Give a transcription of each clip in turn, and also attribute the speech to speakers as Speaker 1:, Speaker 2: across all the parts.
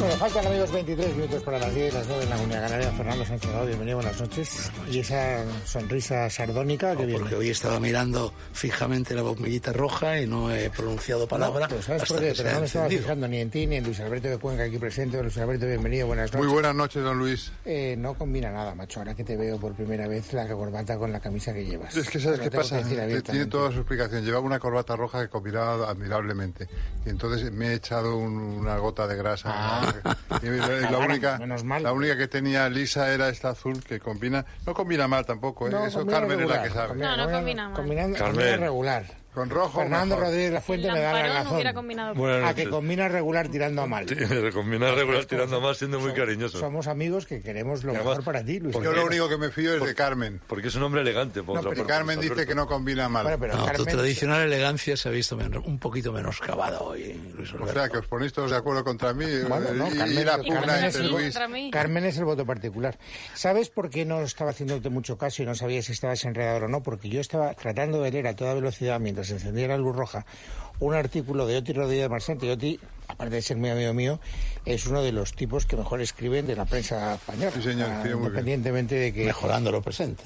Speaker 1: Bueno, faltan amigos 23 minutos para las 10 y las 9 en la Comunidad Canaria. Fernando Sánchez Dorado, bienvenido, buenas noches. Y esa sonrisa sardónica
Speaker 2: Oh,
Speaker 1: que
Speaker 3: No,
Speaker 1: viene.
Speaker 3: porque hoy estaba mirando fijamente la bombillita roja y no he pronunciado palabra.
Speaker 1: Pero Pues, ¿Sabes
Speaker 3: hasta
Speaker 1: por qué?
Speaker 3: que se
Speaker 1: Pero
Speaker 3: ha
Speaker 1: no me estaba
Speaker 3: encendido.
Speaker 1: fijando ni en ti ni en Luis Alberto de Cuenca aquí presente. Luis Alberto, bienvenido, buenas noches.
Speaker 2: Muy buenas noches, don Luis.
Speaker 1: Eh, no combina nada, macho. Ahora que te veo por primera vez la corbata con la camisa que llevas.
Speaker 2: Es que sabes
Speaker 1: Lo
Speaker 2: qué
Speaker 1: tengo
Speaker 2: pasa,
Speaker 1: que decir
Speaker 2: Que tiene
Speaker 1: abiertamente.
Speaker 2: toda su explicación. Llevaba una corbata roja que combinaba admirablemente. Y entonces me he echado un- una gota de grasa. Y la, y la
Speaker 1: Claro,
Speaker 2: única,
Speaker 1: Ah. menos mal.
Speaker 2: la única que tenía lisa era esta azul que combina. No combina mal tampoco, ¿eh?
Speaker 1: No,
Speaker 2: eso
Speaker 1: combina
Speaker 2: Carmen
Speaker 1: regular,
Speaker 2: es la que sabe.
Speaker 1: combina-
Speaker 4: No, no combina mal.
Speaker 1: Combinando,
Speaker 5: Carmen.
Speaker 1: combina regular.
Speaker 2: Con rojo.
Speaker 1: Fernando
Speaker 2: mejor.
Speaker 1: Rodríguez La Fuente me da la
Speaker 4: Lamparón
Speaker 1: razón.
Speaker 4: hubiera combinado.
Speaker 5: Bueno,
Speaker 1: A que combina regular tirando a mal.
Speaker 5: te recomienda regular tirando más siendo muy
Speaker 1: Som-
Speaker 5: cariñoso.
Speaker 1: Somos amigos que queremos lo
Speaker 5: Además,
Speaker 1: mejor para ti, Luis.
Speaker 5: porque-
Speaker 2: Yo lo único que me fío es de Carmen.
Speaker 5: Porque es un hombre elegante. Por
Speaker 1: No,
Speaker 5: otra
Speaker 1: pero
Speaker 5: parte,
Speaker 2: Carmen
Speaker 5: Luis
Speaker 2: dice que
Speaker 5: Alberto.
Speaker 2: no combina mal.
Speaker 1: Bueno, pero
Speaker 3: No, tu
Speaker 1: Carmen,
Speaker 3: tradicional elegancia se ha visto men- un poquito menoscabada hoy,
Speaker 1: Pues
Speaker 3: Luis
Speaker 2: O
Speaker 3: Alberto.
Speaker 2: sea, que os ponéis todos de acuerdo contra mí. eh,
Speaker 1: Bueno, no,
Speaker 2: y,
Speaker 1: Carmen,
Speaker 2: y la
Speaker 1: pero Carmen
Speaker 2: pugna
Speaker 4: Contra
Speaker 1: es
Speaker 2: entre
Speaker 4: mí,
Speaker 1: el-
Speaker 2: Luis.
Speaker 4: contra mí.
Speaker 1: Carmen es el voto particular. ¿Sabes por qué no estaba haciéndote mucho caso y no sabía si estabas enredado o no? Porque yo estaba tratando de leer a toda velocidad mientras encendía la luz roja un artículo de Oti Rodríguez Marsante. Oti, aparte de ser muy amigo mío, es uno de los tipos que mejor escriben de la prensa española.
Speaker 2: Sí, señor,
Speaker 1: Ah,
Speaker 2: sí, muy bien.
Speaker 1: Independientemente de que...
Speaker 3: Mejorando lo presente.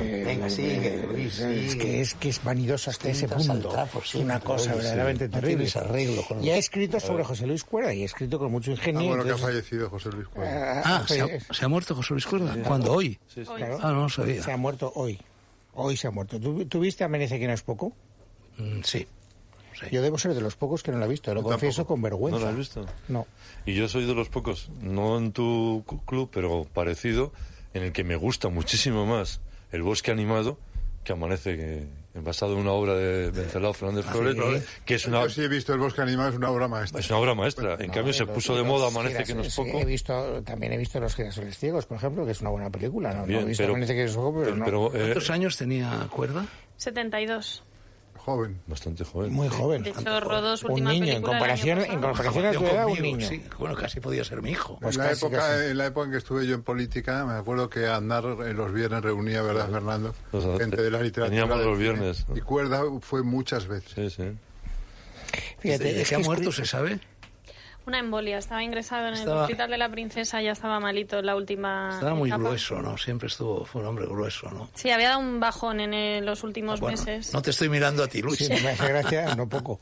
Speaker 1: Eh,
Speaker 3: Venga, sigue,
Speaker 1: eh,
Speaker 3: Luis,
Speaker 1: es
Speaker 3: sigue.
Speaker 1: que es que es vanidoso hasta ese
Speaker 3: Intentas
Speaker 1: punto.
Speaker 3: saltar por
Speaker 1: Es
Speaker 3: siempre,
Speaker 1: una cosa
Speaker 3: oye,
Speaker 1: verdaderamente
Speaker 3: sí. No
Speaker 1: terrible.
Speaker 3: tienes arreglo con-
Speaker 1: Y ha escrito sobre José Luis Cuerda y ha escrito con mucho
Speaker 2: Ah,
Speaker 1: ingenio.
Speaker 2: bueno, que ha
Speaker 1: entonces-
Speaker 2: fallecido José Luis pues. Cuerda.
Speaker 3: Ah, se
Speaker 1: fe-
Speaker 3: ha, se ha muerto José Luis Cuerda. ¿Cuándo? ¿Hoy?
Speaker 4: Hoy.
Speaker 1: claro.
Speaker 3: Ah, no lo sabía.
Speaker 1: Se ha muerto hoy. Hoy se ha muerto. ¿Tú, tú viste Amanece que no es poco?
Speaker 3: Mm, Sí.
Speaker 1: Yo debo ser de los pocos que no lo he visto. Lo confieso con vergüenza.
Speaker 5: ¿No lo has visto?
Speaker 1: No.
Speaker 5: Y yo soy de los pocos, no en tu cu- club, pero parecido, en el que me gusta muchísimo más el bosque animado que amanece, que, basado en una obra de Vencelao Fernández
Speaker 1: Ah,
Speaker 5: Flores, que es una,
Speaker 2: Yo sí he visto El Bosque Animado, es una obra maestra.
Speaker 5: es una obra maestra. En cambio, se
Speaker 1: Los-
Speaker 5: puso de
Speaker 1: los
Speaker 5: moda Amanece, que no es
Speaker 1: girasoles,
Speaker 5: poco.
Speaker 1: He visto, también he visto Los girasoles ciegos, por ejemplo, que es una buena película. No, No
Speaker 5: Bien,
Speaker 1: he visto Amanece que no es poco, pero, no.
Speaker 5: pero, eh,
Speaker 3: ¿Cuántos años tenía Cuerda?
Speaker 4: 72.
Speaker 2: Joven.
Speaker 5: bastante
Speaker 3: Pues,
Speaker 5: joven.
Speaker 1: Muy joven.
Speaker 4: De hecho, rodó su
Speaker 1: Un
Speaker 4: última
Speaker 1: niño, en
Speaker 4: película el año
Speaker 1: comparación, en
Speaker 4: pasado.
Speaker 1: comparación a tu
Speaker 3: Yo
Speaker 1: edad, un
Speaker 3: conmigo,
Speaker 1: niño.
Speaker 3: sí. Bueno, casi podía ser mi hijo.
Speaker 1: Pues
Speaker 2: en, la
Speaker 1: casi,
Speaker 2: época,
Speaker 1: casi.
Speaker 2: en la época en que estuve yo en política, me acuerdo que Andar eh, los viernes reunía, ¿verdad, Fernando?
Speaker 5: O sea,
Speaker 2: Gente
Speaker 5: te-
Speaker 2: de la literatura.
Speaker 5: Pues, eh, teníamos
Speaker 2: del
Speaker 5: los
Speaker 2: cine.
Speaker 5: viernes, ¿no?
Speaker 2: Y Cuerda fue muchas veces.
Speaker 5: Sí, sí.
Speaker 1: Fíjate,
Speaker 3: ¿De
Speaker 1: es
Speaker 3: qué ha
Speaker 1: es
Speaker 3: muerto
Speaker 1: curi-
Speaker 3: se sabe?
Speaker 4: Una embolia. Estaba ingresado en
Speaker 3: Estaba-
Speaker 4: el hospital de la princesa, ya estaba malito en la última.
Speaker 3: Estaba muy
Speaker 4: etapa.
Speaker 3: grueso, ¿no? Siempre estuvo, fue un hombre grueso, ¿no?
Speaker 4: Sí, había dado un bajón en eh, los últimos
Speaker 3: Ah, Bueno,
Speaker 4: meses.
Speaker 3: no te estoy mirando a ti, Luis.
Speaker 1: Sí, no me hace gracia, no poco.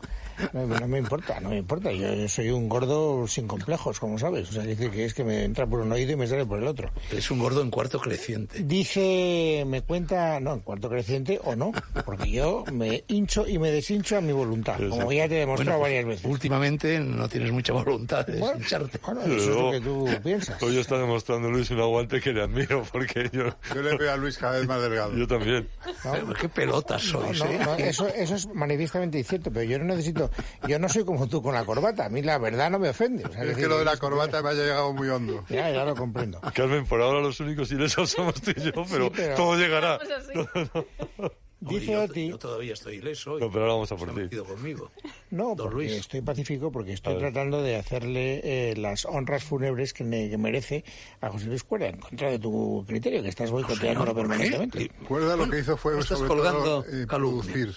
Speaker 1: No, no me importa, no me importa. Yo, yo soy un gordo sin complejos, como sabes. O sea, dice que es que me entra por un oído y me sale por el otro.
Speaker 3: Es un gordo en cuarto creciente.
Speaker 1: Dice, me cuenta, no, en cuarto creciente o no, porque yo me hincho y me deshincho a mi voluntad,
Speaker 5: Pero
Speaker 1: como
Speaker 5: sí.
Speaker 1: ya te he demostrado
Speaker 3: pues,
Speaker 1: varias veces.
Speaker 3: Últimamente no tienes mucha voluntad de
Speaker 1: Bueno,
Speaker 3: hincharte.
Speaker 1: bueno, eso es lo que tú piensas.
Speaker 5: Hoy está demostrando Luis un aguante que le admiro, porque yo,
Speaker 2: Yo le veo a Luis cada vez más delgado.
Speaker 5: yo también.
Speaker 3: Pero Qué pelotas
Speaker 1: No,
Speaker 3: sois,
Speaker 1: no,
Speaker 3: ¿eh?
Speaker 1: no, eso, eso es manifiestamente incierto, pero yo no necesito, yo no soy como tú con la corbata, a mí la verdad no me ofende. o sea,
Speaker 2: es que
Speaker 1: decir,
Speaker 2: lo de la corbata me ha llegado muy hondo.
Speaker 1: Ya, ya lo comprendo.
Speaker 5: Carmen, por ahora los únicos ilesos somos tú y yo, pero,
Speaker 1: pero-
Speaker 5: todo llegará.
Speaker 4: Pues así.
Speaker 3: Hombre,
Speaker 1: Dice
Speaker 3: yo,
Speaker 1: Oti-
Speaker 3: yo todavía estoy ileso. y
Speaker 5: No, pero ahora vamos a
Speaker 3: se
Speaker 5: por
Speaker 3: ha
Speaker 5: ti.
Speaker 3: metido conmigo.
Speaker 1: No,
Speaker 3: Don
Speaker 1: porque
Speaker 3: Luis.
Speaker 1: estoy pacífico porque estoy tratando de hacerle eh, las honras fúnebres que, me- que merece a José Luis Cuerda, en contra de tu criterio, que estás boicoteándolo
Speaker 3: ¿por qué?
Speaker 1: permanentemente.
Speaker 2: Cuerda lo
Speaker 3: Bueno,
Speaker 2: que hizo fue,
Speaker 3: estás
Speaker 2: sobre
Speaker 3: colgando
Speaker 2: todo, eh,
Speaker 3: calumnia.
Speaker 2: producir.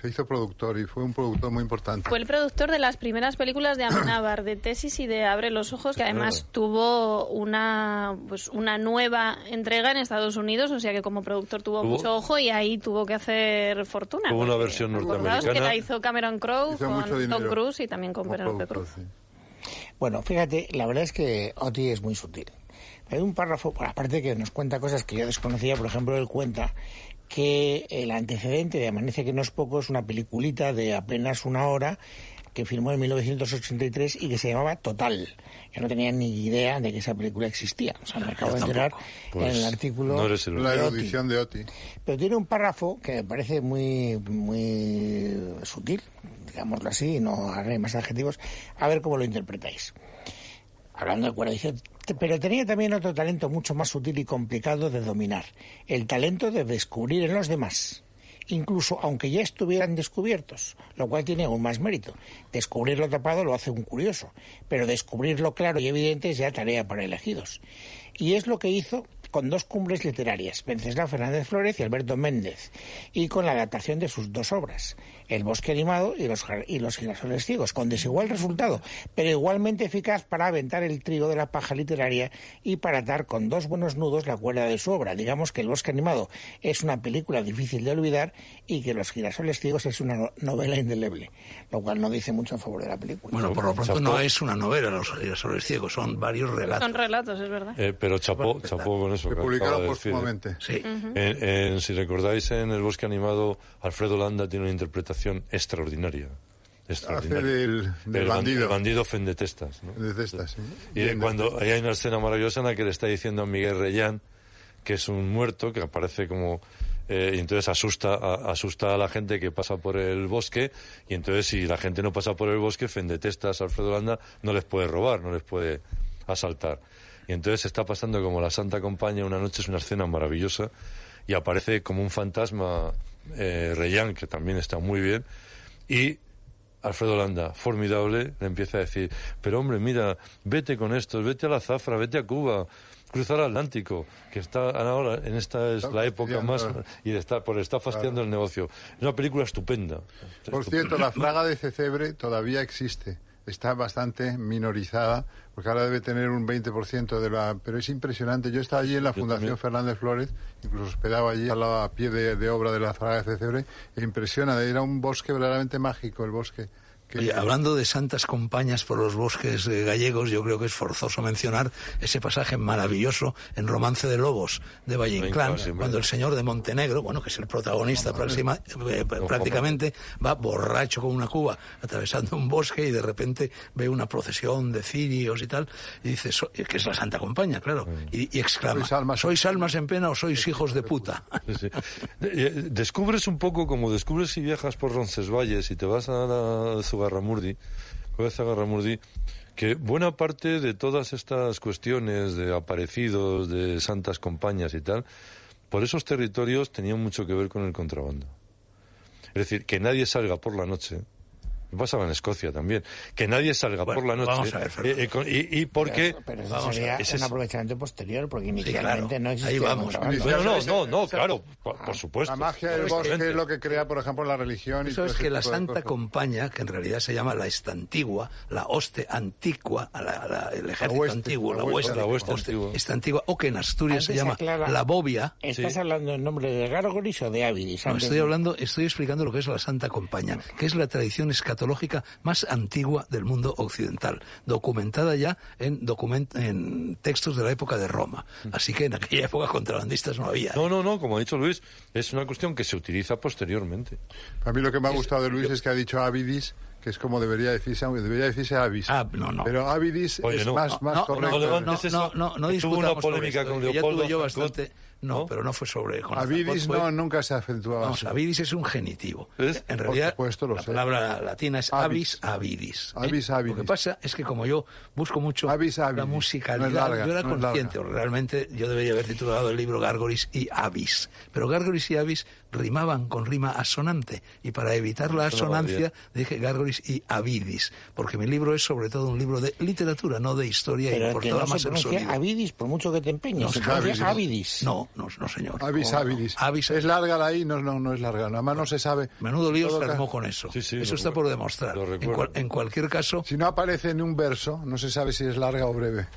Speaker 2: Se hizo productor y fue un productor muy importante.
Speaker 4: Fue el productor de las primeras películas de Amenábar, de Tesis y de Abre los Ojos, que además tuvo una, pues, una nueva entrega en Estados Unidos, o sea que como productor tuvo
Speaker 5: Tuvo-
Speaker 4: mucho ojo y ahí tuvo que hacer fortuna.
Speaker 5: Tuvo una
Speaker 4: porque
Speaker 5: versión
Speaker 4: acordaos que
Speaker 5: norteamericana.
Speaker 4: la hizo Cameron Crowe
Speaker 2: Hizo
Speaker 4: con
Speaker 2: mucho dinero
Speaker 4: Tom Cruise y también con
Speaker 2: como
Speaker 4: Penélope
Speaker 2: productor,
Speaker 4: Cruz.
Speaker 2: sí.
Speaker 1: Bueno, fíjate, la verdad es que Oti es muy sutil. Hay un párrafo, por aparte que nos cuenta cosas que yo desconocía, por ejemplo, él cuenta que el antecedente de Amanece que no es poco es una peliculita de apenas una hora que firmó en 1983 y que se llamaba Total. Yo no tenía ni idea de que esa película existía. O sea, me acabo de enterar
Speaker 5: Pues,
Speaker 1: en el artículo.
Speaker 5: no eres el
Speaker 2: La
Speaker 1: de Oti.
Speaker 2: erudición de Oti.
Speaker 1: Pero tiene un párrafo que me parece muy, muy sutil, digámoslo así, no haré más adjetivos, a ver cómo lo interpretáis. Hablando de cuerda, dice, "Te- pero tenía también otro talento mucho más sutil y complicado de dominar, el talento de descubrir en los demás, incluso aunque ya estuvieran descubiertos, lo cual tiene aún más mérito. Descubrir lo tapado lo hace un curioso, pero descubrirlo claro y evidente es ya tarea para elegidos. Y es lo que hizo con dos cumbres literarias, Venceslao Fernández Flores y Alberto Méndez, y con la adaptación de sus dos obras, El bosque animado y Los, jar- y los girasoles ciegos, con desigual resultado, pero igualmente eficaz para aventar el trigo de la paja literaria y para atar con dos buenos nudos la cuerda de su obra. Digamos que El bosque animado es una película difícil de olvidar y que Los girasoles ciegos es una no- novela indeleble, lo cual no dice mucho en favor de la película.
Speaker 3: Bueno, por lo pronto no es una novela Los girasoles ciegos, son varios relatos.
Speaker 4: Son relatos, es verdad.
Speaker 5: Eh, pero chapó, chapó con eso.
Speaker 2: que
Speaker 5: que acaba de
Speaker 2: publicaron
Speaker 5: decir, ¿eh?
Speaker 2: póstumamente.
Speaker 3: Sí.
Speaker 5: En- en- si recordáis, en El Bosque Animado, Alfredo Landa tiene una interpretación extraordinaria. extraordinaria.
Speaker 2: del- del
Speaker 5: ban-
Speaker 2: bandido.
Speaker 5: el bandido fendetestas. ¿no?
Speaker 2: Desde esta, sí.
Speaker 5: Y
Speaker 2: Bien,
Speaker 5: cuando ahí hay una escena maravillosa en la que le está diciendo a Miguel Reyán que es un muerto que aparece como eh, y entonces asusta a, asusta a la gente que pasa por el bosque y entonces si la gente no pasa por el bosque Fendetestas Alfredo Landa no les puede robar no les puede asaltar y entonces está pasando como la Santa Compañía una noche es una escena maravillosa y aparece como un fantasma eh, Reyán que también está muy bien y Alfredo Landa, formidable, le empieza a decir, pero hombre, mira, vete con estos, vete a la Zafra, vete a Cuba, cruza el Atlántico, que está ahora, en esta es
Speaker 2: Está
Speaker 5: la época más,
Speaker 2: fastidiando.
Speaker 5: y está, por está fastidiando el negocio. Es una película estupenda.
Speaker 2: Por cierto, la fraga de Cecebre todavía existe. Está bastante minorizada, porque ahora debe tener un 20% de la... Pero es impresionante. Yo estaba allí en la Fundación
Speaker 5: también.
Speaker 2: Fernández Flores, incluso hospedaba allí a, la, a pie de, de obra de la fraga de Cecebre, e impresiona. Era un bosque verdaderamente mágico, el bosque. que-
Speaker 3: Oye, hablando de santas compañías por los bosques eh, gallegos, yo creo que es forzoso mencionar ese pasaje maravilloso en Romance de Lobos de Valle Inclán,
Speaker 5: Inclán, sí,
Speaker 3: cuando el señor de Montenegro, bueno, que es el protagonista próxima- eh, prácticamente, va borracho con una cuba atravesando un bosque y de repente ve una procesión de cirios y tal, y dice, so- eh, que es la santa compañía, claro, y, y exclama,
Speaker 2: Sois almas-
Speaker 3: ¿sois almas en pena o sois hijos de puta?
Speaker 5: Sí, sí. De- eh, Descubres un poco como descubres si viajas por Roncesvalles y te vas a la Zugarramurdi, a Zugarramurdi, que buena parte de todas estas cuestiones de aparecidos, de santas compañías y tal, por esos territorios tenían mucho que ver con el contrabando. Es decir, que nadie salga por la noche. Pasaba en Escocia también. Que nadie salga
Speaker 3: Bueno,
Speaker 5: por la noche.
Speaker 3: vamos a ver, Fernando.
Speaker 5: eh, eh, con- y, y porque.
Speaker 1: Pero eso
Speaker 5: Vamos a
Speaker 1: sería
Speaker 5: ver, ese
Speaker 1: un
Speaker 5: es-
Speaker 1: aprovechamiento posterior, porque
Speaker 3: claro.
Speaker 1: inicialmente no
Speaker 3: Ahí
Speaker 1: existía. el
Speaker 3: vamos.
Speaker 1: contrabando.
Speaker 5: Bueno, no,
Speaker 2: Ese-
Speaker 5: no, no,
Speaker 2: ese-
Speaker 5: claro, por, por supuesto.
Speaker 2: La magia del bosque es lo que crea, por ejemplo, la religión. y
Speaker 3: Eso
Speaker 2: todo
Speaker 3: es
Speaker 2: ese
Speaker 3: que la
Speaker 2: tipo de
Speaker 3: Santa
Speaker 2: cosas.
Speaker 3: Compañía, que en realidad se llama la estantigua, la hoste antigua, a la- a la- el ejército
Speaker 2: hueste,
Speaker 3: antiguo,
Speaker 2: la
Speaker 3: la
Speaker 2: hueste
Speaker 3: hueste,
Speaker 5: antigua. La hueste
Speaker 3: hoste-
Speaker 5: antigua.
Speaker 3: esta antigua, o que en Asturias
Speaker 1: Antes
Speaker 3: se llama
Speaker 1: aclara-
Speaker 3: la bobia.
Speaker 1: ¿Estás
Speaker 5: Sí.
Speaker 1: hablando en nombre de Gargoris o de Avidis?
Speaker 3: No,
Speaker 1: Antes
Speaker 3: estoy
Speaker 1: de-
Speaker 3: hablando, estoy explicando lo que es la Santa Compañía, que es la tradición escatológica más antigua del mundo occidental, documentada ya en, document- en textos de la época de Roma. Así que en aquella época contrabandistas no había.
Speaker 5: No, no, no, como ha dicho Luis, es una cuestión que se utiliza posteriormente.
Speaker 2: A mí lo que me ha gustado de Luis es que ha dicho avidis, que es como debería decirse, aunque debería decirse avis.
Speaker 3: Ah, no, no.
Speaker 2: Pero avidis
Speaker 5: Oye,
Speaker 2: es
Speaker 5: no.
Speaker 2: más, más
Speaker 3: no,
Speaker 2: correcto.
Speaker 5: no, no, no.
Speaker 3: No, no, no, no
Speaker 5: Que tuvo una
Speaker 3: discutamos sobre
Speaker 5: polémica
Speaker 3: esto,
Speaker 5: con
Speaker 3: que ya
Speaker 5: Leopoldo
Speaker 3: tuve yo
Speaker 5: Hancott.
Speaker 3: bastante. No,
Speaker 5: ¿No?
Speaker 3: pero no fue sobre. con
Speaker 2: Avidis
Speaker 3: Hancott, fue-
Speaker 2: no, nunca se acentuaba.
Speaker 3: pues, Vamos, avidis es un genitivo.
Speaker 5: ¿Ves?
Speaker 3: En realidad,
Speaker 2: Ah, Por supuesto, lo
Speaker 3: la
Speaker 2: sé.
Speaker 3: palabra latina es avis,
Speaker 2: Avis.
Speaker 3: avidis. ¿eh?
Speaker 2: Avis, avidis.
Speaker 3: Lo que pasa es que como yo busco mucho
Speaker 2: Avis,
Speaker 3: la
Speaker 2: avidis.
Speaker 3: musicalidad,
Speaker 2: No es larga,
Speaker 3: yo era
Speaker 2: no es
Speaker 3: consciente,
Speaker 2: larga.
Speaker 3: realmente yo debería haber titulado el libro Gárgoris y Avis. Pero Gárgoris y Avis rimaban con rima asonante. Y para evitar la
Speaker 5: Eso no
Speaker 3: asonancia
Speaker 5: valía.
Speaker 3: dije Gárgoris y Avidis. Porque mi libro es sobre todo un libro de literatura, no de historia y
Speaker 1: Pero
Speaker 3: por
Speaker 1: que
Speaker 3: toda
Speaker 1: no
Speaker 3: más
Speaker 1: se
Speaker 3: el sonido.
Speaker 1: pronuncia Avidis, por mucho que te empeñes.
Speaker 3: No,
Speaker 1: se
Speaker 3: es
Speaker 1: pronuncia
Speaker 3: Avidis.
Speaker 1: Avidis.
Speaker 3: No, no, no, señor.
Speaker 2: Avis,
Speaker 3: ¿Cómo no?
Speaker 2: avidis.
Speaker 3: Avis,
Speaker 2: ¿Es larga la I? No, no, no es larga. Nada más no se sabe.
Speaker 3: Menudo lío
Speaker 2: Todo
Speaker 3: se
Speaker 2: ca-
Speaker 3: armó con eso.
Speaker 5: Sí, sí,
Speaker 3: eso
Speaker 5: lo
Speaker 3: está por
Speaker 5: recuerdo.
Speaker 3: demostrar.
Speaker 5: Lo
Speaker 3: En,
Speaker 5: recuerdo.
Speaker 3: cual- en cualquier caso,
Speaker 2: Si no aparece en un verso, no se sabe si es larga o breve.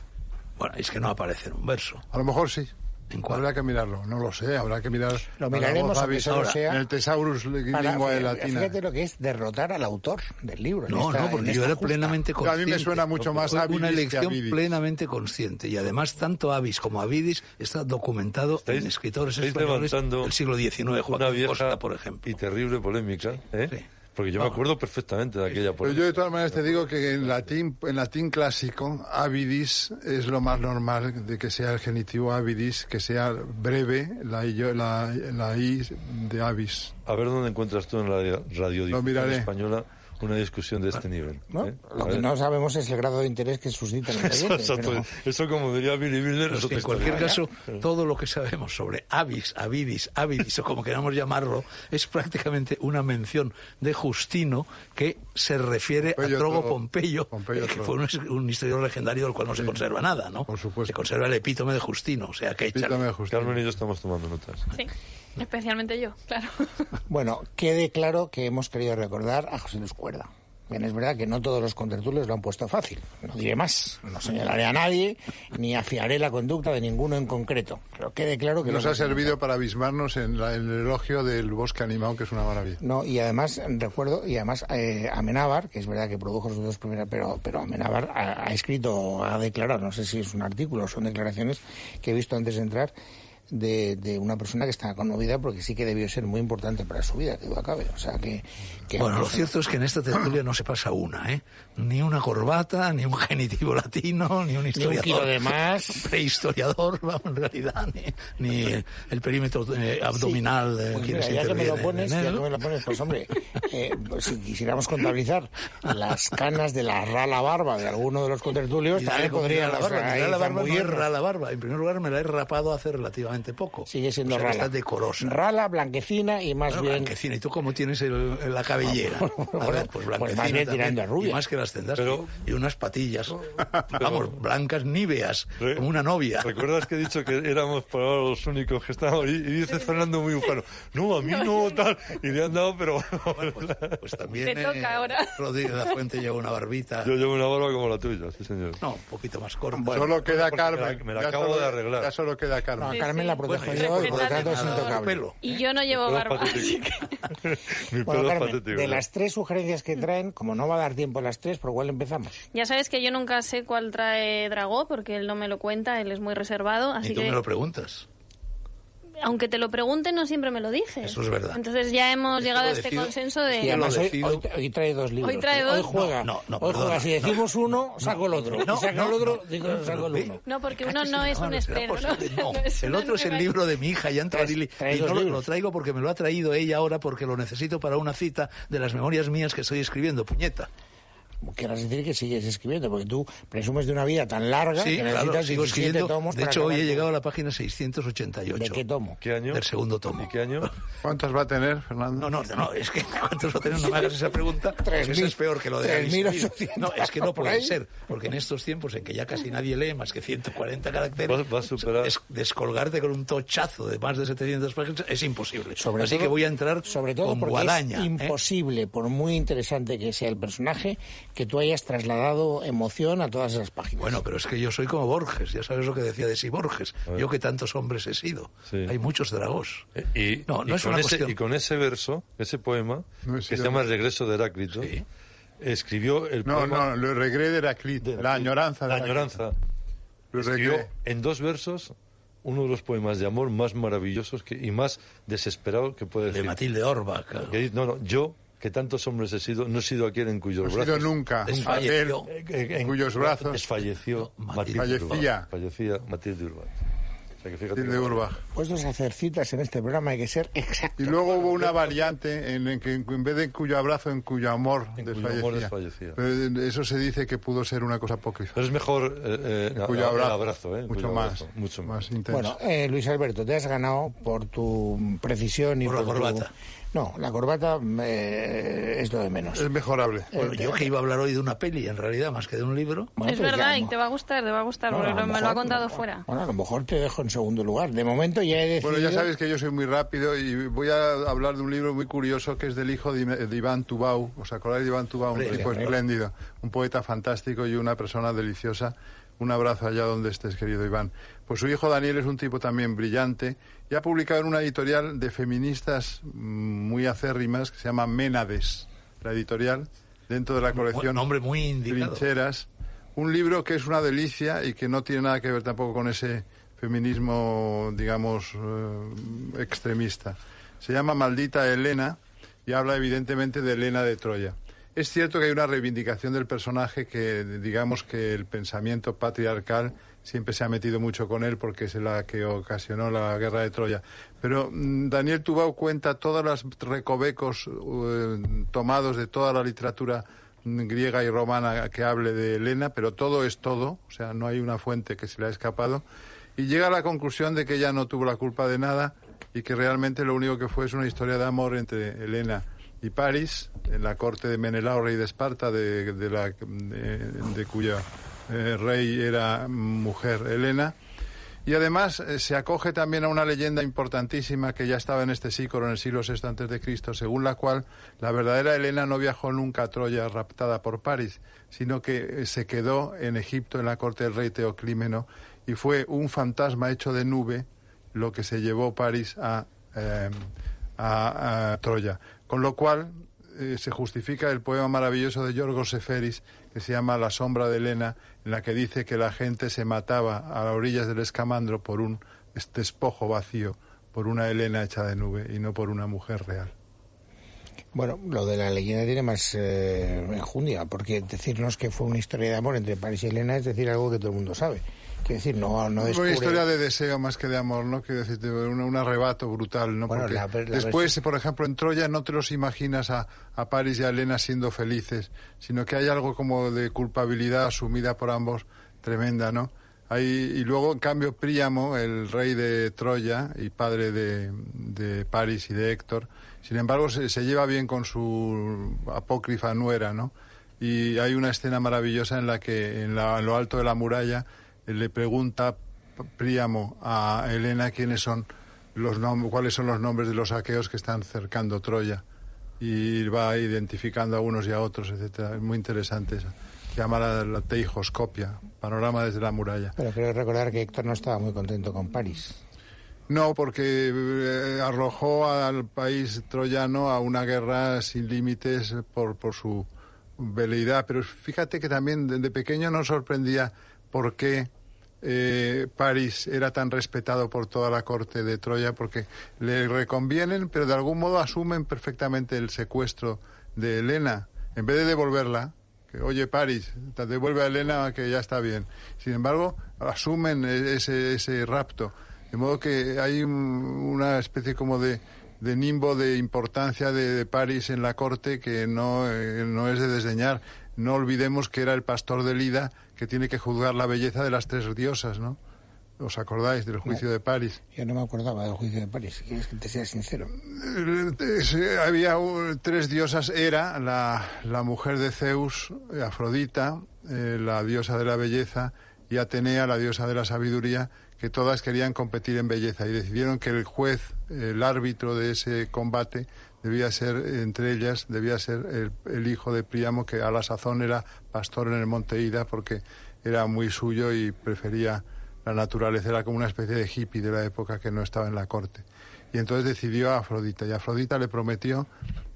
Speaker 3: bueno, es que no aparece en un verso.
Speaker 2: A lo mejor sí.
Speaker 3: ¿En cuál?
Speaker 2: Habrá que mirarlo, no lo sé, habrá que mirar.
Speaker 1: Lo miraremos,
Speaker 2: a la
Speaker 1: aunque
Speaker 2: voz
Speaker 1: solo
Speaker 2: avis.
Speaker 1: sea
Speaker 2: En el Tesaurus
Speaker 1: Para-
Speaker 2: lengua de latina.
Speaker 1: Fíjate lo que es derrotar al autor del libro. en
Speaker 3: No,
Speaker 1: esta-
Speaker 3: no, porque
Speaker 1: en
Speaker 3: yo
Speaker 1: esta
Speaker 3: era
Speaker 1: justa.
Speaker 3: plenamente
Speaker 2: Pero a
Speaker 3: consciente.
Speaker 2: mí me suena mucho más
Speaker 3: Fue
Speaker 2: Avidis
Speaker 3: Una
Speaker 2: que
Speaker 3: elección
Speaker 2: Avidis.
Speaker 3: plenamente consciente. Y además, tanto Avis como Avidis está documentado en
Speaker 5: Estáis-
Speaker 3: escritores
Speaker 5: estáis
Speaker 3: españoles
Speaker 5: levantando
Speaker 3: del siglo XIX,
Speaker 5: una
Speaker 3: Joaquín
Speaker 5: vieja
Speaker 3: Costa, por ejemplo.
Speaker 5: y terrible polémica, ¿eh?
Speaker 3: sí.
Speaker 5: Porque yo me acuerdo perfectamente de aquella
Speaker 2: Pero yo de
Speaker 5: polémica.
Speaker 2: todas maneras te digo que en latín, en latín clásico, avidis es lo más normal de que sea el genitivo avidis, que sea breve la i, la, la i de avis.
Speaker 5: A ver dónde encuentras tú en la radio-
Speaker 2: Lo
Speaker 5: radiodifusión
Speaker 2: miraré.
Speaker 5: española una discusión de este nivel.
Speaker 1: ¿no?
Speaker 5: ¿eh?
Speaker 1: Lo que no sabemos es el grado de interés que suscitan los
Speaker 5: Eso,
Speaker 1: oyentes,
Speaker 5: eso,
Speaker 1: pero-
Speaker 5: eso, como diría Billy Bilder, es
Speaker 3: Pues que
Speaker 5: otra
Speaker 3: en cualquier
Speaker 5: historia.
Speaker 3: caso, todo lo que sabemos sobre Avis, Avidis, Avidis o como queramos llamarlo, es prácticamente una mención de Justino que se refiere
Speaker 2: Pompeyo
Speaker 3: a Trogo
Speaker 2: Trogo.
Speaker 3: Pompeyo,
Speaker 2: Pompeyo
Speaker 3: eh, que
Speaker 2: Trogo.
Speaker 3: fue un, un historiador legendario del cual no se conserva nada, ¿no?
Speaker 2: Por supuesto.
Speaker 3: Se conserva el epítome de Justino, o sea que hay
Speaker 2: Pítame justo.
Speaker 5: Carmen y yo estamos tomando notas.
Speaker 4: Sí, especialmente yo, claro.
Speaker 1: Bueno, quede claro que hemos querido recordar a José Luis Cuerda. Bien, es verdad que no todos los contertulios lo han puesto fácil. No diré más. No señalaré a nadie, ni afiaré la conducta de ninguno en concreto. Pero quede claro que...
Speaker 2: Nos
Speaker 1: lo
Speaker 2: ha
Speaker 1: hemos-
Speaker 2: servido para abismarnos en, la- en el elogio del bosque animado, que es una maravilla.
Speaker 1: No, y además, recuerdo, y además eh, Amenábar, que es verdad que produjo sus dos primeras, pero, pero Amenábar ha, ha escrito, ha declarado, no sé si es un artículo, son declaraciones que he visto antes de entrar, de, de una persona que estaba conmovida porque sí que debió ser muy importante para su vida, que duda cabe. O sea, que... que
Speaker 3: Bueno, lo cierto es que en esta tertulia no se pasa una, ¿eh? Ni una corbata, ni un genitivo latino, ni un historiador.
Speaker 1: kilo de más.
Speaker 3: Prehistoriador, vamos, en realidad, ni, ni el perímetro eh, abdominal de
Speaker 1: Pues
Speaker 3: quienes
Speaker 1: mira, ya que me lo
Speaker 3: intervienen
Speaker 1: pones,
Speaker 3: en
Speaker 1: ya
Speaker 3: él.
Speaker 1: que me lo pones, pues hombre, eh, si quisiéramos contabilizar las canas de la rala barba de alguno de los contertulios,
Speaker 3: Y
Speaker 1: también
Speaker 3: dale con
Speaker 1: podrían
Speaker 3: mirar pues la barba,
Speaker 1: ahí
Speaker 3: mirar la barba no es
Speaker 1: zambullirnos.
Speaker 3: rala barba. En primer lugar, me la he rapado hace relativamente poco.
Speaker 1: Sigue siendo
Speaker 3: O sea, que
Speaker 1: rala.
Speaker 3: Está Pues decorosa.
Speaker 1: Rala, blanquecina y más
Speaker 3: Bueno,
Speaker 1: bien.
Speaker 3: blanquecina. ¿Y tú cómo tienes el- la cabellera? A ver,
Speaker 1: Pues
Speaker 3: pues blanquecina
Speaker 1: más bien
Speaker 3: también.
Speaker 1: tirando a rubia.
Speaker 3: Y más que las tendas.
Speaker 5: Pero-
Speaker 3: Y unas patillas. Vamos, blancas níveas.
Speaker 5: Re-
Speaker 3: Como una novia.
Speaker 5: ¿Recuerdas que he dicho que éramos por ahora los únicos que estábamos? Y, y dice Fernando muy ufano, no, a mí no, tal. Y le han dado, pero bueno,
Speaker 3: Pues, pues también.
Speaker 4: Te toca ahora.
Speaker 3: Rodríguez de la Fuente lleva una barbita.
Speaker 5: yo llevo una barba como la tuya, sí señor.
Speaker 3: No, un poquito más corta.
Speaker 2: solo queda
Speaker 5: porque me la-
Speaker 2: Carmen.
Speaker 5: me la
Speaker 2: Ya
Speaker 5: acabo
Speaker 2: solo-
Speaker 5: de arreglar.
Speaker 2: Ya solo queda
Speaker 1: No, a
Speaker 2: Carmen.
Speaker 1: Carmen la
Speaker 4: Bueno,
Speaker 1: protejo
Speaker 4: y
Speaker 1: yo y por lo
Speaker 4: respetad
Speaker 1: tanto es
Speaker 4: todo.
Speaker 1: intocable.
Speaker 3: Pelo.
Speaker 4: Y yo no llevo
Speaker 5: Pero
Speaker 4: barba,
Speaker 5: patético.
Speaker 4: así que...
Speaker 5: Mi pelo es ¿eh?
Speaker 1: Bueno, Carmen,
Speaker 5: patético.
Speaker 1: de las tres sugerencias que traen, como no va a dar tiempo a las tres, ¿por cuál empezamos?
Speaker 4: Ya sabes que yo nunca sé cuál trae Dragó, porque él no me lo cuenta, él es muy reservado,
Speaker 3: Y
Speaker 4: así
Speaker 3: tú
Speaker 4: que
Speaker 3: me lo preguntas.
Speaker 4: aunque te lo pregunte no siempre me lo dice.
Speaker 3: Eso es verdad.
Speaker 4: Entonces ya hemos
Speaker 3: Yo
Speaker 4: llegado
Speaker 3: lo
Speaker 4: a este
Speaker 3: decido.
Speaker 4: consenso
Speaker 1: Y
Speaker 3: Yo
Speaker 4: de...
Speaker 3: lo
Speaker 1: además hoy,
Speaker 3: decido.
Speaker 1: hoy- hoy trae dos libros.
Speaker 4: Hoy trae
Speaker 1: Hoy
Speaker 4: dos.
Speaker 1: juega.
Speaker 3: No, no, no,
Speaker 1: hoy juega.
Speaker 3: perdona,
Speaker 1: Si decimos
Speaker 3: no,
Speaker 1: uno, saco el otro.
Speaker 3: No,
Speaker 1: si saco
Speaker 3: no,
Speaker 1: el otro,
Speaker 3: no.
Speaker 1: digo, saco el uno.
Speaker 4: No, porque uno
Speaker 3: Cállate,
Speaker 4: no es un
Speaker 3: no será
Speaker 4: experto.
Speaker 3: posible. No,
Speaker 4: No es
Speaker 3: el
Speaker 4: una
Speaker 3: otro es el
Speaker 4: nueva-
Speaker 3: libro de mi hija, Jan Tabarili,
Speaker 1: traes
Speaker 3: y no
Speaker 1: dos
Speaker 3: lo,
Speaker 1: libros.
Speaker 3: lo traigo porque me lo ha traído ella ahora porque lo necesito para una cita de las memorias mías que estoy escribiendo, puñeta.
Speaker 1: Querrás decir que sigues escribiendo, porque tú presumes de una vida tan larga
Speaker 3: Sí,
Speaker 1: que
Speaker 3: claro,
Speaker 1: necesitas 17
Speaker 3: sigo escribiendo.
Speaker 1: tomos
Speaker 3: De
Speaker 1: para
Speaker 3: hecho, hoy
Speaker 1: acabar.
Speaker 3: he llegado a la página 688.
Speaker 1: ¿De qué tomo?
Speaker 5: ¿Qué año?
Speaker 3: Del segundo tomo.
Speaker 5: ¿Y qué año?
Speaker 2: ¿Cuántas va a tener, Fernando?
Speaker 3: No, no, no, es que ¿cuántos va a tener? No me hagas esa pregunta. porque
Speaker 1: Tres
Speaker 3: Eso
Speaker 1: mil-
Speaker 3: es peor que lo de
Speaker 1: tres
Speaker 3: Alice
Speaker 1: mil
Speaker 3: Neville.
Speaker 1: ochocientos,
Speaker 3: No, es que no
Speaker 1: por
Speaker 3: puede
Speaker 1: ahí.
Speaker 3: ser, porque en estos tiempos en que ya casi nadie lee más que 140 caracteres,
Speaker 5: Va- va a superar.
Speaker 3: es- descolgarte con un tochazo de más de 700 páginas es imposible.
Speaker 1: Sobre
Speaker 3: Así
Speaker 1: todo-
Speaker 3: que voy a entrar
Speaker 1: sobre todo
Speaker 3: con
Speaker 1: porque
Speaker 3: guadaña.
Speaker 1: es
Speaker 3: ¿eh?
Speaker 1: imposible, por muy interesante que sea el personaje, que tú hayas trasladado emoción a todas esas páginas.
Speaker 3: Bueno, pero es que yo soy como Borges, ya sabes lo que decía de sí Borges. Yo que tantos hombres he sido.
Speaker 5: Sí.
Speaker 3: Hay muchos dragos.
Speaker 5: Eh, Y,
Speaker 3: no,
Speaker 5: y
Speaker 3: no es
Speaker 5: con
Speaker 3: una
Speaker 5: ese,
Speaker 3: cuestión.
Speaker 5: y con ese verso, ese poema,
Speaker 2: No he
Speaker 5: que se
Speaker 2: sido-
Speaker 5: llama El regreso de Heráclito,
Speaker 3: Sí.
Speaker 5: escribió el
Speaker 2: No,
Speaker 5: poema...
Speaker 2: no, le regré de Heraclito, la añoranza de
Speaker 5: La
Speaker 2: Heraclito.
Speaker 5: añoranza.
Speaker 2: Le
Speaker 5: Escribió
Speaker 2: regré.
Speaker 5: en dos versos uno de los poemas de amor más maravillosos que- y más desesperados que puede
Speaker 3: De
Speaker 5: decir.
Speaker 3: Matilde Orbach.
Speaker 5: Que dice, no, no, yo, que tantos hombres he sido, no he sido aquel en cuyos
Speaker 2: No he sido
Speaker 5: brazos...
Speaker 2: nunca
Speaker 3: Desfalleció.
Speaker 2: aquel
Speaker 5: Eh, eh,
Speaker 2: en cuyos brazos
Speaker 5: Desfalleció Matilde
Speaker 2: Fallecía.
Speaker 5: Urbach. Fallecía Matilde Urbach. O sea que fíjate
Speaker 2: de
Speaker 5: que-
Speaker 2: Urbach.
Speaker 1: Pues es hacer citas en este programa, hay que ser exacto.
Speaker 2: Y luego hubo una variante en el que en vez de en cuyo abrazo, en cuyo amor
Speaker 5: En cuyo
Speaker 2: desfallecía.
Speaker 5: amor desfallecía.
Speaker 2: Pero eh, eso se dice que pudo ser una cosa apócrifa.
Speaker 5: Pero es mejor eh, eh,
Speaker 2: Cuyo
Speaker 5: el
Speaker 2: abrazo,
Speaker 5: abrazo, ¿eh?
Speaker 2: mucho,
Speaker 5: Cuyo
Speaker 2: más,
Speaker 5: abrazo, mucho más.
Speaker 2: más intenso.
Speaker 1: Bueno, eh, Luis Alberto, te has ganado por tu precisión y
Speaker 3: Por la
Speaker 1: tu-
Speaker 3: corbata.
Speaker 1: No, la corbata eh, es lo de menos.
Speaker 2: es mejorable.
Speaker 3: Bueno, yo que iba a hablar hoy de una peli, en realidad, más que de un libro.
Speaker 1: Bueno,
Speaker 4: es
Speaker 1: pero ya
Speaker 4: verdad,
Speaker 1: no-
Speaker 4: y te va a gustar, te va a gustar,
Speaker 1: no, a
Speaker 4: porque
Speaker 1: lo
Speaker 4: lo- me lo ha
Speaker 1: mejor-
Speaker 4: contado fuera.
Speaker 1: Bueno, a lo mejor te dejo en segundo lugar. De momento ya he decidido...
Speaker 2: Bueno, ya sabes que yo soy muy rápido y voy a hablar de un libro muy curioso que es del hijo de, de Iván Tubau. ¿Os acordáis de Iván Tubau? Un
Speaker 3: Hombre,
Speaker 2: tipo
Speaker 3: claro.
Speaker 2: espléndido, un poeta fantástico y una persona deliciosa. Un abrazo allá donde estés, querido Iván. Pues su hijo Daniel es un tipo también brillante y ha publicado en una editorial de feministas mm, muy acérrimas que se llama Ménades, la editorial, dentro de la
Speaker 3: Un
Speaker 2: colección
Speaker 3: nombre muy indicado.
Speaker 2: Trincheras, un libro que es una delicia y que no tiene nada que ver tampoco con ese feminismo, digamos, eh, extremista. Se llama Maldita Elena y habla evidentemente de Elena de Troya. Es cierto que hay una reivindicación del personaje que digamos que el pensamiento patriarcal siempre se ha metido mucho con él porque es la que ocasionó la guerra de Troya. Pero mm, Daniel Tubau cuenta todos los recovecos eh, tomados de toda la literatura mm, griega y romana que hable de Helena, pero todo es todo, o sea, no hay una fuente que se le ha escapado, y llega a la conclusión de que ella no tuvo la culpa de nada y que realmente lo único que fue es una historia de amor entre Helena y París, en la corte de Menelao, rey de Esparta, de, de la, de, de cuya eh, rey era mujer Helena. Y además eh, se acoge también a una leyenda importantísima que ya estaba en este sícoro en el siglo VI antes de Cristo, según la cual la verdadera Helena no viajó nunca a Troya raptada por París, sino que eh, se quedó en Egipto en la corte del rey Teoclímeno y fue un fantasma hecho de nube lo que se llevó París a, eh, a- a Troya. Con lo cual eh, se justifica el poema maravilloso de Yorgos Seferis que se llama La sombra de Helena, en la que dice que la gente se mataba a las orillas del escamandro por un despojo vacío, por una Helena hecha de nube y no por una mujer real.
Speaker 1: Bueno, lo de la leyenda tiene más eh, enjundia, porque decirnos que fue una historia de amor entre París y Helena es decir algo que todo el mundo sabe. Quiero decir, no, no
Speaker 2: Es
Speaker 1: descubre...
Speaker 2: una historia de deseo más que de amor, ¿no? Quiero decirte, un, un arrebato brutal, ¿no?
Speaker 1: Bueno,
Speaker 2: Porque
Speaker 1: la ver- la
Speaker 2: después, por ejemplo, en Troya no te los imaginas a, a París y a Helena siendo felices, sino que hay algo como de culpabilidad asumida por ambos tremenda, ¿no? Hay, y luego, en cambio, Príamo, el rey de Troya y padre de, de París y de Héctor, sin embargo, se, se lleva bien con su apócrifa nuera, ¿no? Y hay una escena maravillosa en la que, en, la- en lo alto de la muralla, le pregunta Príamo a Helena quiénes son los nom- cuáles son los nombres de los aqueos que están cercando Troya y va identificando a unos y a otros, etcétera. Es muy interesante esa. Se llama la, la teijoscopia, panorama desde la muralla.
Speaker 1: Pero creo recordar que Héctor no estaba muy contento con París.
Speaker 2: No, porque eh, arrojó al país troyano a una guerra sin límites por, por su veleidad. Pero fíjate que también desde pequeño nos sorprendía por qué eh, París era tan respetado por toda la corte de Troya, porque le reconvienen, pero de algún modo asumen perfectamente el secuestro de Helena. En vez de devolverla, que, oye París, te devuelve a Helena que ya está bien. Sin embargo, asumen e- ese, ese rapto. De modo que hay un- una especie como de, de nimbo de importancia de, de París en la corte que no, eh, no es de desdeñar. No olvidemos que era el pastor de Lida que tiene que juzgar la belleza de las tres diosas, ¿no? ¿Os acordáis del juicio de París?
Speaker 1: Yo no me acordaba del juicio de París, si quieres que te sea sincero.
Speaker 2: Eh, había uh, tres diosas, era la, la mujer de Zeus, eh, Afrodita, eh, la diosa de la belleza, y Atenea, la diosa de la sabiduría, que todas querían competir en belleza y decidieron que el juez, eh, el árbitro de ese combate, debía ser, eh, entre ellas, debía ser el, el hijo de Príamo, que a la sazón era pastor en el monte Ida, porque era muy suyo y prefería la naturaleza, era como una especie de hippie de la época que no estaba en la corte. Y entonces decidió a Afrodita. Y Afrodita le prometió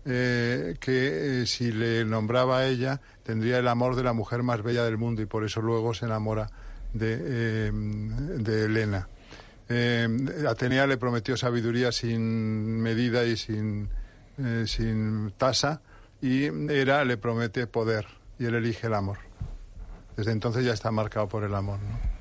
Speaker 2: eh, que eh, si le nombraba a ella, tendría el amor de la mujer más bella del mundo. Y por eso luego se enamora de, eh, de Helena. Eh, Atenea le prometió sabiduría sin medida y sin, eh, sin tasa. Y Hera le promete poder. Y él elige el amor. Desde entonces ya está marcado por el amor. ¿no?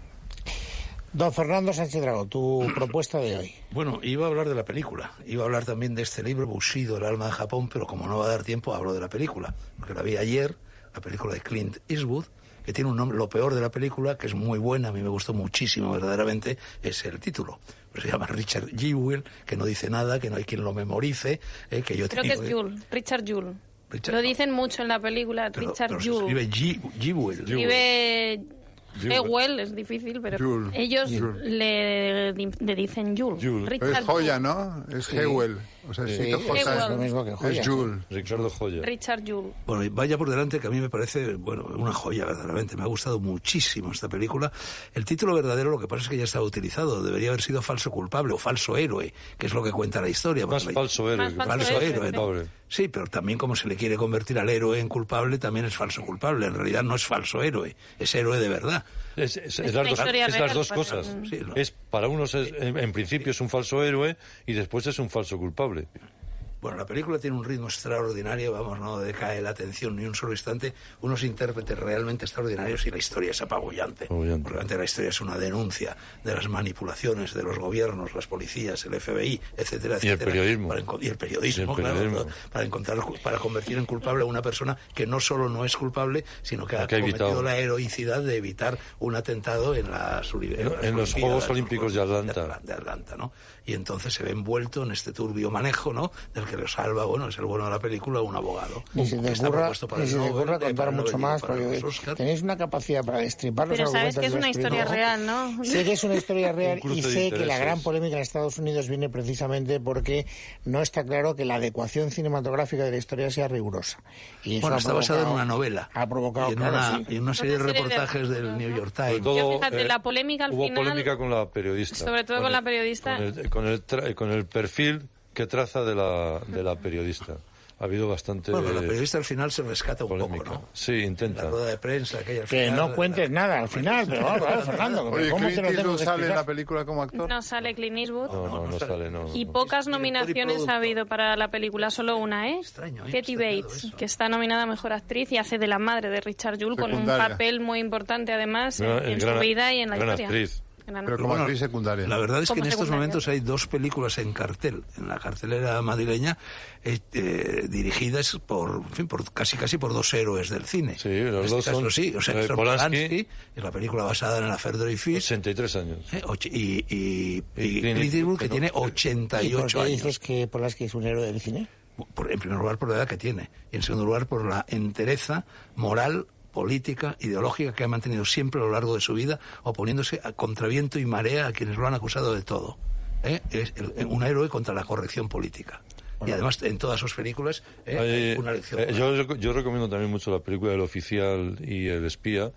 Speaker 1: Don Fernando Sánchez Drago, tu propuesta de hoy.
Speaker 3: Bueno, iba a hablar de la película, iba a hablar también de este libro, Bushido, el alma de Japón, pero como no va a dar tiempo, hablo de la película, porque la vi ayer, la película de Clint Eastwood, que tiene un nombre, lo peor de la película, que es muy buena, a mí me gustó muchísimo, verdaderamente, es el título. Pero se llama Richard Jewell, que no dice nada, que no hay quien lo memorice, eh, que yo
Speaker 4: Creo que es
Speaker 3: tengo-
Speaker 4: Jule, Richard Jule.
Speaker 3: Richard-
Speaker 4: Lo dicen mucho en la película,
Speaker 3: pero-
Speaker 4: Richard
Speaker 3: pero se
Speaker 4: Jule.
Speaker 3: escribe Ge- Jewell.
Speaker 4: Escribe
Speaker 5: Jule.
Speaker 4: Jewell, es difícil, pero
Speaker 2: Jule.
Speaker 4: ellos
Speaker 2: Jule.
Speaker 4: Le, le dicen Jule.
Speaker 5: Jule.
Speaker 4: Richard
Speaker 2: es joya,
Speaker 4: Jule.
Speaker 2: ¿no? Es Hewell. O sea, escrito
Speaker 1: Sí,
Speaker 2: J.
Speaker 4: Hewell.
Speaker 2: Es
Speaker 4: lo
Speaker 1: mismo que joya.
Speaker 2: Es Joule.
Speaker 5: Ricardo Joya.
Speaker 4: Richard Jule.
Speaker 3: Bueno, y vaya por delante que a mí me parece, bueno, una joya verdaderamente. Me ha gustado muchísimo esta película. El título verdadero lo que pasa es que ya estaba utilizado. Debería haber sido Falso Culpable o Falso Héroe, que es lo que cuenta la historia.
Speaker 5: Más
Speaker 3: porque la-
Speaker 5: falso héroe.
Speaker 4: Más
Speaker 5: que-
Speaker 4: falso
Speaker 3: Falso
Speaker 4: héroe,
Speaker 3: héroe,
Speaker 4: sí.
Speaker 5: Pobre.
Speaker 3: Sí, pero también como se le quiere convertir al héroe en culpable, también es falso culpable. En realidad no es falso héroe, es héroe de verdad.
Speaker 5: Es, es- es
Speaker 4: Es
Speaker 5: las
Speaker 4: una
Speaker 5: dos-
Speaker 4: historia
Speaker 5: es
Speaker 4: real,
Speaker 5: las dos
Speaker 4: para-
Speaker 5: cosas.
Speaker 4: Mm.
Speaker 3: Sí, lo-
Speaker 5: Es para unos es- en, en principio es un falso héroe y después es un falso culpable.
Speaker 3: Bueno, la película tiene un ritmo extraordinario, vamos, no decae la atención ni un solo instante, unos intérpretes realmente extraordinarios y la historia es apabullante.
Speaker 5: Apabullante.
Speaker 3: Porque realmente la historia es una denuncia de las manipulaciones de los gobiernos, las policías, el FBI, etcétera, etcétera.
Speaker 5: Y el periodismo.
Speaker 3: Para enco- y el periodismo,
Speaker 5: Y el
Speaker 3: claro,
Speaker 5: periodismo.
Speaker 3: para encontrar, para convertir en culpable a una persona que no solo no es culpable, sino que ha
Speaker 5: Que ha evitado.
Speaker 3: cometido la heroicidad de evitar un atentado en las uni-
Speaker 5: En-
Speaker 3: las
Speaker 5: en los
Speaker 3: Olimpiadas,
Speaker 5: Juegos
Speaker 3: los
Speaker 5: Olímpicos de Atlanta.
Speaker 3: Atla- de Atlanta, ¿no? Y entonces se ve envuelto en este turbio manejo, ¿no? Del que lo salva, bueno, es el bueno de la película, un abogado.
Speaker 1: Ni se
Speaker 3: que
Speaker 1: te
Speaker 3: está
Speaker 1: ocurra,
Speaker 3: propuesto para
Speaker 1: ni
Speaker 3: el
Speaker 1: se te
Speaker 3: Nobel,
Speaker 1: ocurra
Speaker 3: eh, para
Speaker 1: contar
Speaker 3: el
Speaker 1: mucho
Speaker 3: Nobel y
Speaker 1: más,
Speaker 3: para
Speaker 1: porque
Speaker 3: los Oscar.
Speaker 1: tenéis una capacidad para destripar los
Speaker 4: Pero sabes
Speaker 1: argumentos
Speaker 4: que es
Speaker 1: de las
Speaker 4: una historia
Speaker 1: películas.
Speaker 4: real, ¿no?
Speaker 1: Sé que es una historia real
Speaker 5: Un cruce
Speaker 1: y
Speaker 5: de
Speaker 1: sé que la
Speaker 5: intereses.
Speaker 1: gran polémica en Estados Unidos viene precisamente porque no está claro que la adecuación cinematográfica de la historia sea rigurosa. Y eso
Speaker 3: Bueno,
Speaker 1: ha
Speaker 3: está basado en
Speaker 1: provocado-
Speaker 3: una novela.
Speaker 1: Ha provocado,
Speaker 3: y en,
Speaker 1: claro,
Speaker 3: una,
Speaker 1: sí.
Speaker 3: y en una serie de
Speaker 4: serie de
Speaker 3: reportajes del
Speaker 4: artículos,
Speaker 3: New
Speaker 4: ¿no?
Speaker 3: York
Speaker 5: Sobre
Speaker 3: Times.
Speaker 5: todo, eh,
Speaker 4: fíjate, la polémica al
Speaker 5: hubo
Speaker 4: final-
Speaker 5: polémica con la periodista.
Speaker 4: Sobre todo con la periodista.
Speaker 5: Con el, con el tra- con el perfil que traza de la, de la periodista. Ha habido bastante
Speaker 3: Bueno, la
Speaker 5: eh,
Speaker 3: periodista al final se rescata un
Speaker 5: polémica.
Speaker 3: poco, ¿no?
Speaker 5: Sí,
Speaker 3: La
Speaker 5: intenta.
Speaker 3: rueda de prensa que hay al
Speaker 1: Que
Speaker 3: final,
Speaker 1: no cuentes nada al final, pero vamos, vamos, Fernando,
Speaker 2: Oye,
Speaker 1: ¿cómo te
Speaker 2: Clint
Speaker 1: lo tengo
Speaker 2: Eastwood
Speaker 1: que
Speaker 2: sale en la
Speaker 1: explicar?
Speaker 2: película como actor.
Speaker 4: No sale Clint Eastwood.
Speaker 5: No, Ah, no,
Speaker 3: no, no
Speaker 5: no sale, no.
Speaker 4: Y
Speaker 5: no.
Speaker 4: pocas
Speaker 3: Director y
Speaker 4: nominaciones
Speaker 3: productor.
Speaker 4: ha habido para la película, solo una, ¿eh?
Speaker 3: Extraño, ¿eh?
Speaker 4: Katie
Speaker 3: Extrañado
Speaker 4: Bates,
Speaker 3: eso.
Speaker 4: que está nominada a Mejor Actriz y hace de la madre de Richard Jewell con un
Speaker 2: Secundaria.
Speaker 4: papel muy importante, además, en,
Speaker 5: Gran-
Speaker 4: en
Speaker 5: gran-
Speaker 4: su vida y en la
Speaker 5: gran
Speaker 4: historia.
Speaker 5: actriz.
Speaker 4: Gran
Speaker 2: Pero
Speaker 4: actriz.
Speaker 2: como actriz secundaria.
Speaker 3: La verdad es que
Speaker 4: Como
Speaker 3: en estos
Speaker 4: secundaria.
Speaker 3: momentos hay dos películas en cartel, en la cartelera madrileña, eh, eh, dirigidas por, en fin, por casi casi por dos héroes del cine.
Speaker 5: Sí, los
Speaker 3: En este
Speaker 5: dos
Speaker 3: caso,
Speaker 5: son,
Speaker 3: sí, o sea,
Speaker 5: eh,
Speaker 3: son
Speaker 5: Polanski.
Speaker 3: Polanski, y la película basada en la Ferdory Fish,
Speaker 5: 83 años.
Speaker 3: eh, y, y, y,
Speaker 5: Y Clint
Speaker 3: Clint Eastwood, que
Speaker 5: Eastwood,
Speaker 3: tiene
Speaker 5: ¿no?
Speaker 1: ¿Y por
Speaker 3: 88
Speaker 1: qué
Speaker 3: años.
Speaker 1: dices que Polanski es un héroe del cine?
Speaker 3: Por- en primer lugar por la edad que tiene y en segundo lugar por la entereza moral política, ideológica que ha mantenido siempre a lo largo de su vida, oponiéndose a contraviento y marea a quienes lo han acusado de todo. ¿eh? Es el- un héroe contra la corrección política. Y además en todas sus películas ¿eh?
Speaker 5: Hay-
Speaker 3: hay una lección.
Speaker 5: eh, yo, reco- yo recomiendo también mucho la película El Oficial y El Espía.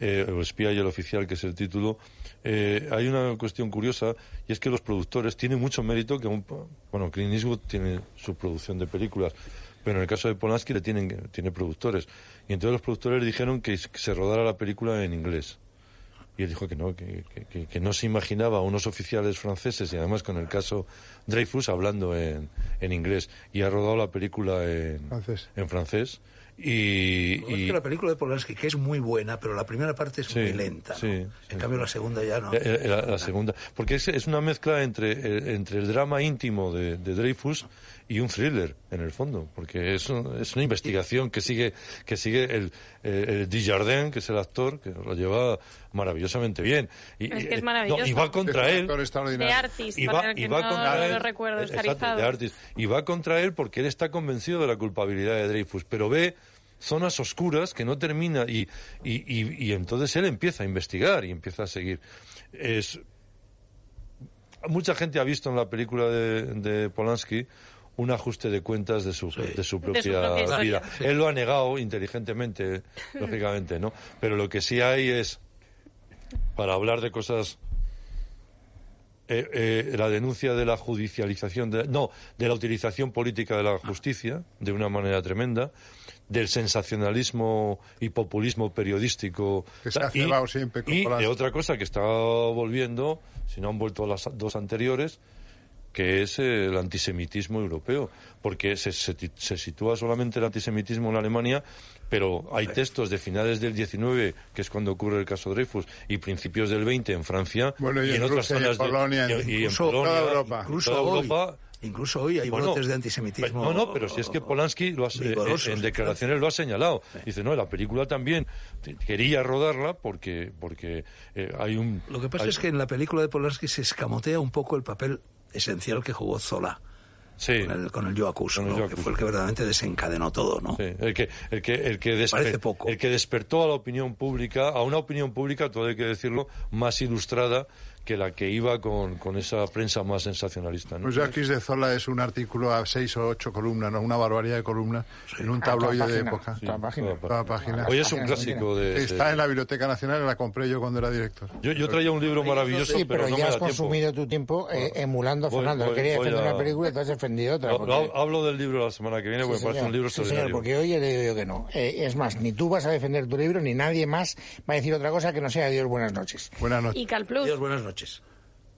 Speaker 5: eh, el Espía y El Oficial, que es el título. Eh, hay una cuestión curiosa y es que los productores tienen mucho mérito que un, bueno, Clint Eastwood tiene su producción de películas, pero en el caso de Polanski le tienen tiene productores y entonces los productores le dijeron que s- que se rodara la película en inglés. Y él dijo que no, que, que- que- que no se imaginaba a unos oficiales franceses, y además con el caso Dreyfus, hablando en, en inglés. Y ha rodado la película en
Speaker 2: Francés.
Speaker 5: en francés. Y,
Speaker 3: Lo que pasa es
Speaker 5: y-
Speaker 3: que la película de Polanski, que es muy buena, pero la primera parte es
Speaker 5: Sí,
Speaker 3: muy lenta. ¿no?
Speaker 5: sí,
Speaker 3: en
Speaker 5: sí.
Speaker 3: cambio la segunda ya no.
Speaker 5: eh, eh, la, la segunda. Porque es, es una mezcla entre, eh, entre el drama íntimo de, de Dreyfus y un thriller, en el fondo. Porque es, un- es una investigación que sigue, que sigue el, eh, el Dujardin, que es el actor, que lo lleva maravillosamente bien. Y,
Speaker 4: Es que
Speaker 5: y-
Speaker 4: es
Speaker 5: eh, no, y
Speaker 4: maravilloso.
Speaker 5: va
Speaker 2: Es
Speaker 5: contra
Speaker 2: un
Speaker 5: él.
Speaker 2: actor
Speaker 4: De
Speaker 2: extraordinario.
Speaker 4: Artist,
Speaker 5: y
Speaker 4: para
Speaker 5: va,
Speaker 4: el
Speaker 5: y
Speaker 4: que
Speaker 5: va
Speaker 4: no
Speaker 5: contra él,
Speaker 4: lo recuerdo,
Speaker 5: exacto,
Speaker 4: Scarizado.
Speaker 5: de Artis. y va contra él porque él está convencido de la culpabilidad de Dreyfus, pero ve zonas oscuras que no termina y, y, y- y entonces él empieza a investigar y empieza a seguir. Es, mucha gente ha visto en la película de, de Polanski un ajuste de cuentas de su, de su propia,
Speaker 4: propia historia.
Speaker 5: vida. Él lo ha negado inteligentemente, lógicamente, ¿no? Pero lo que sí hay es, para hablar de cosas eh, eh, la denuncia de la judicialización, de, no, de la utilización política de la justicia de una manera tremenda, del sensacionalismo y populismo periodístico.
Speaker 2: Que se ha
Speaker 5: Ta- y-
Speaker 2: cebado siempre con
Speaker 5: Y
Speaker 2: Polanski.
Speaker 5: de otra cosa que está volviendo, si no han vuelto las dos anteriores, que es eh, el antisemitismo europeo, porque se, se ti- se sitúa solamente el antisemitismo en Alemania, pero hay textos de finales del 19, que es cuando ocurre el caso Dreyfus, y principios del 20 en Francia,
Speaker 2: Bueno, y en Rusia, y en
Speaker 5: de-
Speaker 2: Polonia,
Speaker 5: y- y en
Speaker 2: incluso
Speaker 5: Polonia,
Speaker 2: toda Europa.
Speaker 5: y
Speaker 3: Incluso
Speaker 5: toda
Speaker 3: hoy,
Speaker 5: Europa,
Speaker 3: incluso hoy hay
Speaker 5: bueno, eh,
Speaker 3: brotes de antisemitismo. Oh,
Speaker 5: No, no, pero si es que Polanski lo ha- eh,
Speaker 3: vigorosos,
Speaker 5: en declaraciones lo ha señalado. Dice, no, la película también te- quería rodarla porque porque eh, hay un...
Speaker 3: Lo que pasa
Speaker 5: hay-
Speaker 3: es que en la película de Polanski se escamotea un poco el papel esencial que jugó Zola
Speaker 5: Sí,
Speaker 3: con el, con el Yo Acuso,
Speaker 5: Con el
Speaker 3: ¿no?
Speaker 5: Yo
Speaker 3: que
Speaker 5: Acuso.
Speaker 3: fue el que verdaderamente desencadenó todo, ¿no?
Speaker 5: sí, el que, el que, el que, despe-
Speaker 3: Parece poco.
Speaker 5: el que despertó a la opinión pública, a una opinión pública, todo hay que decirlo, más ilustrada que la que iba con, con esa prensa más sensacionalista. ¿no?
Speaker 2: Pues Jacques de Zola es un artículo a seis o ocho columnas, ¿no? una barbaridad de columnas en un
Speaker 1: Ah, toda
Speaker 2: tabloide de
Speaker 1: página,
Speaker 2: época.
Speaker 1: toda página.
Speaker 5: toda
Speaker 2: Toda página.
Speaker 5: Hoy es un
Speaker 1: Páginas
Speaker 5: clásico de...
Speaker 2: Está
Speaker 5: de-
Speaker 2: en la Biblioteca Nacional, la compré yo cuando era director.
Speaker 5: Yo, yo traía un libro maravilloso,
Speaker 1: Sí,
Speaker 5: pero, no
Speaker 1: pero, ya
Speaker 5: me
Speaker 1: has
Speaker 5: da tiempo.
Speaker 1: consumido tu tiempo eh, emulando a
Speaker 5: Voy-
Speaker 1: Fernando.
Speaker 5: voy-
Speaker 1: Quería
Speaker 5: voy
Speaker 1: defender
Speaker 5: a-
Speaker 1: una película y te has defendido otra.
Speaker 5: No,
Speaker 1: porque-
Speaker 5: no, hablo del libro la semana que viene porque
Speaker 1: Sí,
Speaker 5: me parece
Speaker 1: señor.
Speaker 5: un libro
Speaker 1: Sí, señor,
Speaker 5: extraordinario.
Speaker 1: porque hoy ya le digo yo que no. Eh, es más, ni tú vas a defender tu libro, ni nadie más va a decir otra cosa que no sea Dios buenas noches.
Speaker 2: Buenas noches.
Speaker 4: Y Cal Plus.
Speaker 3: Dios, buenas noches.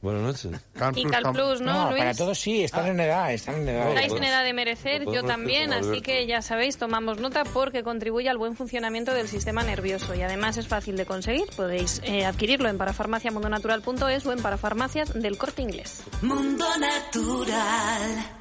Speaker 5: Buenas noches.
Speaker 4: Y Cal Plus, ¿no,
Speaker 1: No,
Speaker 4: Luis? Ah.
Speaker 1: para todos sí, están en edad, están en edad.
Speaker 4: Estáis en
Speaker 5: bueno.
Speaker 4: edad de merecer,
Speaker 5: Lo
Speaker 4: yo
Speaker 5: podemos hacer
Speaker 4: también,
Speaker 5: como
Speaker 4: así
Speaker 5: Alberto.
Speaker 4: que ya sabéis, tomamos nota porque contribuye al buen funcionamiento del sistema nervioso y además es fácil de conseguir. Podéis eh, adquirirlo en parafarmaciamundonatural.es o en parafarmacias del corte inglés.
Speaker 6: Mundo Natural.